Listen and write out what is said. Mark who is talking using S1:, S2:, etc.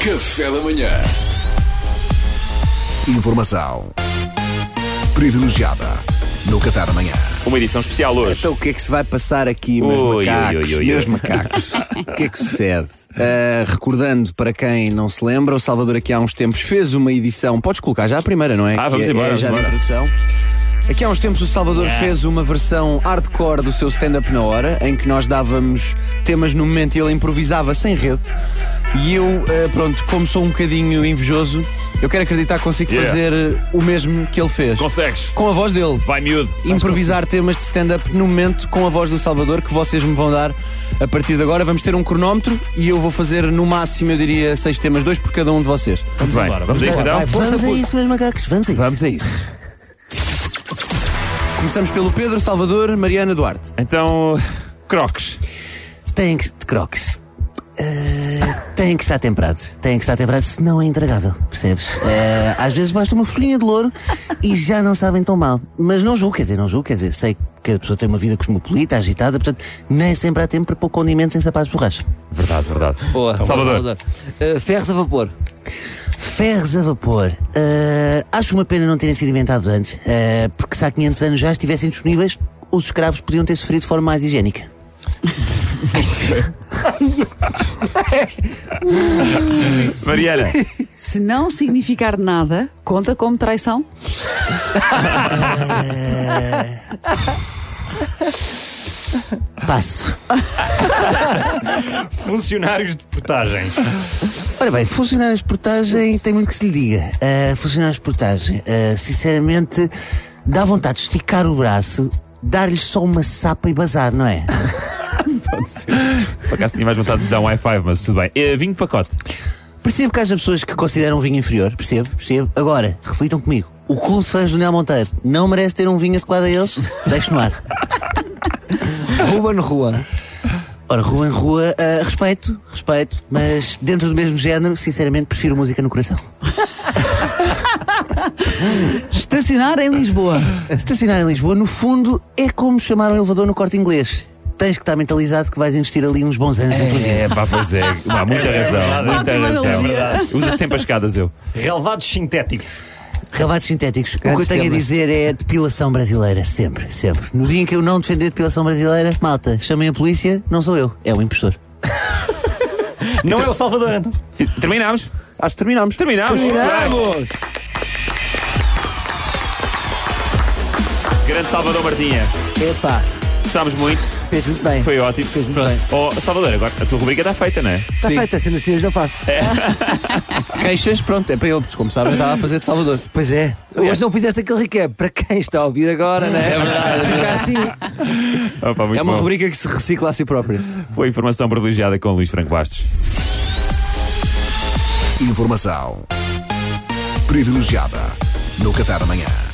S1: Café da Manhã. Informação privilegiada no Café da Manhã.
S2: Uma edição especial hoje.
S3: Então o que é que se vai passar aqui, meus
S2: Ui, ui,
S3: macacos?
S2: ui, ui, ui.
S3: Meus macacos, o que é que sucede? Ah, recordando para quem não se lembra, o Salvador aqui há uns tempos fez uma edição, podes colocar já a primeira, não é?
S2: Ah, vamos
S3: Que é,
S2: embora,
S3: é já
S2: vamos
S3: de
S2: embora.
S3: introdução. Aqui há uns tempos o Salvador
S2: Yeah.
S3: fez uma versão hardcore do seu stand-up na hora, em que nós dávamos temas no momento e ele improvisava sem rede. E eu, ah, pronto, como sou um bocadinho invejoso, eu quero acreditar que consigo
S2: Yeah.
S3: fazer ah, o mesmo que ele fez.
S2: Consegues?
S3: Com a voz dele
S2: Vai miúdo.
S3: improvisar temas de stand-up no momento com a voz do Salvador que vocês me vão dar a partir de agora. Vamos ter um cronómetro e eu vou fazer no máximo, eu diria, seis temas, dois por cada um de vocês.
S2: Muito bem.
S4: embora, vamos
S2: a isso
S4: embora.
S2: então?
S4: Vai, força.
S3: Vamos a isso, meus macacos, vamos a isso.
S2: Vamos a isso.
S3: Começamos pelo Pedro Salvador Mariana Duarte.
S2: Então, croques.
S5: Têm que. de croques. Eh, têm que estar temperados. Têm que estar temperados, senão é entregável. Percebes? Eh, às vezes basta uma folhinha de louro e já não sabem tão mal. Mas não julgo, quer dizer, não julgo, quer dizer, sei que a pessoa tem uma vida cosmopolita, agitada, portanto, nem sempre há tempo para pôr condimentos em sapatos de borracha.
S2: Verdade, verdade.
S4: Boa,
S2: Salvador.
S4: Uh, ferros a vapor.
S5: Ferros a vapor. Eh, acho uma pena não terem sido inventados antes, eh, porque se há 500 anos já estivessem disponíveis, os escravos podiam ter sofrido de forma mais higiênica.
S2: Mariana.
S6: Se não significar nada, conta como traição?
S5: Passo.
S7: Funcionários de portagem.
S5: Ora bem, funcionários de portagem tem muito que se lhe diga. Ah, funcionários de portagem, ah, sinceramente, dá vontade de esticar o braço, dar-lhes só uma sapa e bazar, não é?
S2: Por acaso tinha mais vontade de dar um high five, mas tudo bem. Eh, vinho de pacote.
S5: Percebo que haja pessoas que consideram um vinho inferior, percebo, percebo. Agora, reflitam comigo. O clube de fãs do Nel Monteiro não merece ter um vinho adequado a eles? Deixo no ar.
S4: Rua no rua.
S5: Ora, rua em rua, ah, respeito, respeito, mas dentro do mesmo género, sinceramente, prefiro música no coração.
S6: Estacionar em Lisboa.
S5: Estacionar em Lisboa, no fundo, é como chamar um elevador no corte inglês. Tens que estar mentalizado que vais investir ali uns bons anos da tua vida.
S2: É, pá, pois é. Há muita razão, muita
S6: Ótima
S2: razão.
S6: analogia.
S2: Usa sempre as escadas, eu.
S7: Relevados sintéticos.
S5: Ravados sintéticos. O que
S4: Grandes
S5: eu tenho a
S4: temas.
S5: dizer é depilação brasileira. Sempre, sempre. No dia em que eu não defender depilação brasileira, malta, chamem a polícia, não sou eu, é o impostor.
S7: Não é o Salvador, então.
S2: Terminámos?
S3: Acho que terminamos.
S2: Terminámos. Terminámos. Grande Salvador Martinha.
S4: Epá,
S2: Gostámos muito.
S4: fez muito bem.
S2: Foi ótimo.
S4: Fez muito bem.
S2: Oh, Salvador, agora a tua rubrica está feita, não é?
S4: Está feita, sendo assim, hoje não faço.
S3: Queixas, pronto, é para ele, como sabem, estava a fazer de Salvador.
S4: Pois é. Hoje não fizeste aquele recap para quem está a ouvir agora, não é? É verdade. Fica assim.
S2: Oh, pá, muito
S3: É uma
S2: bom.
S3: rubrica que se recicla a si própria.
S2: Foi informação privilegiada com Luís Franco Bastos.
S1: Informação privilegiada no Café da Manhã.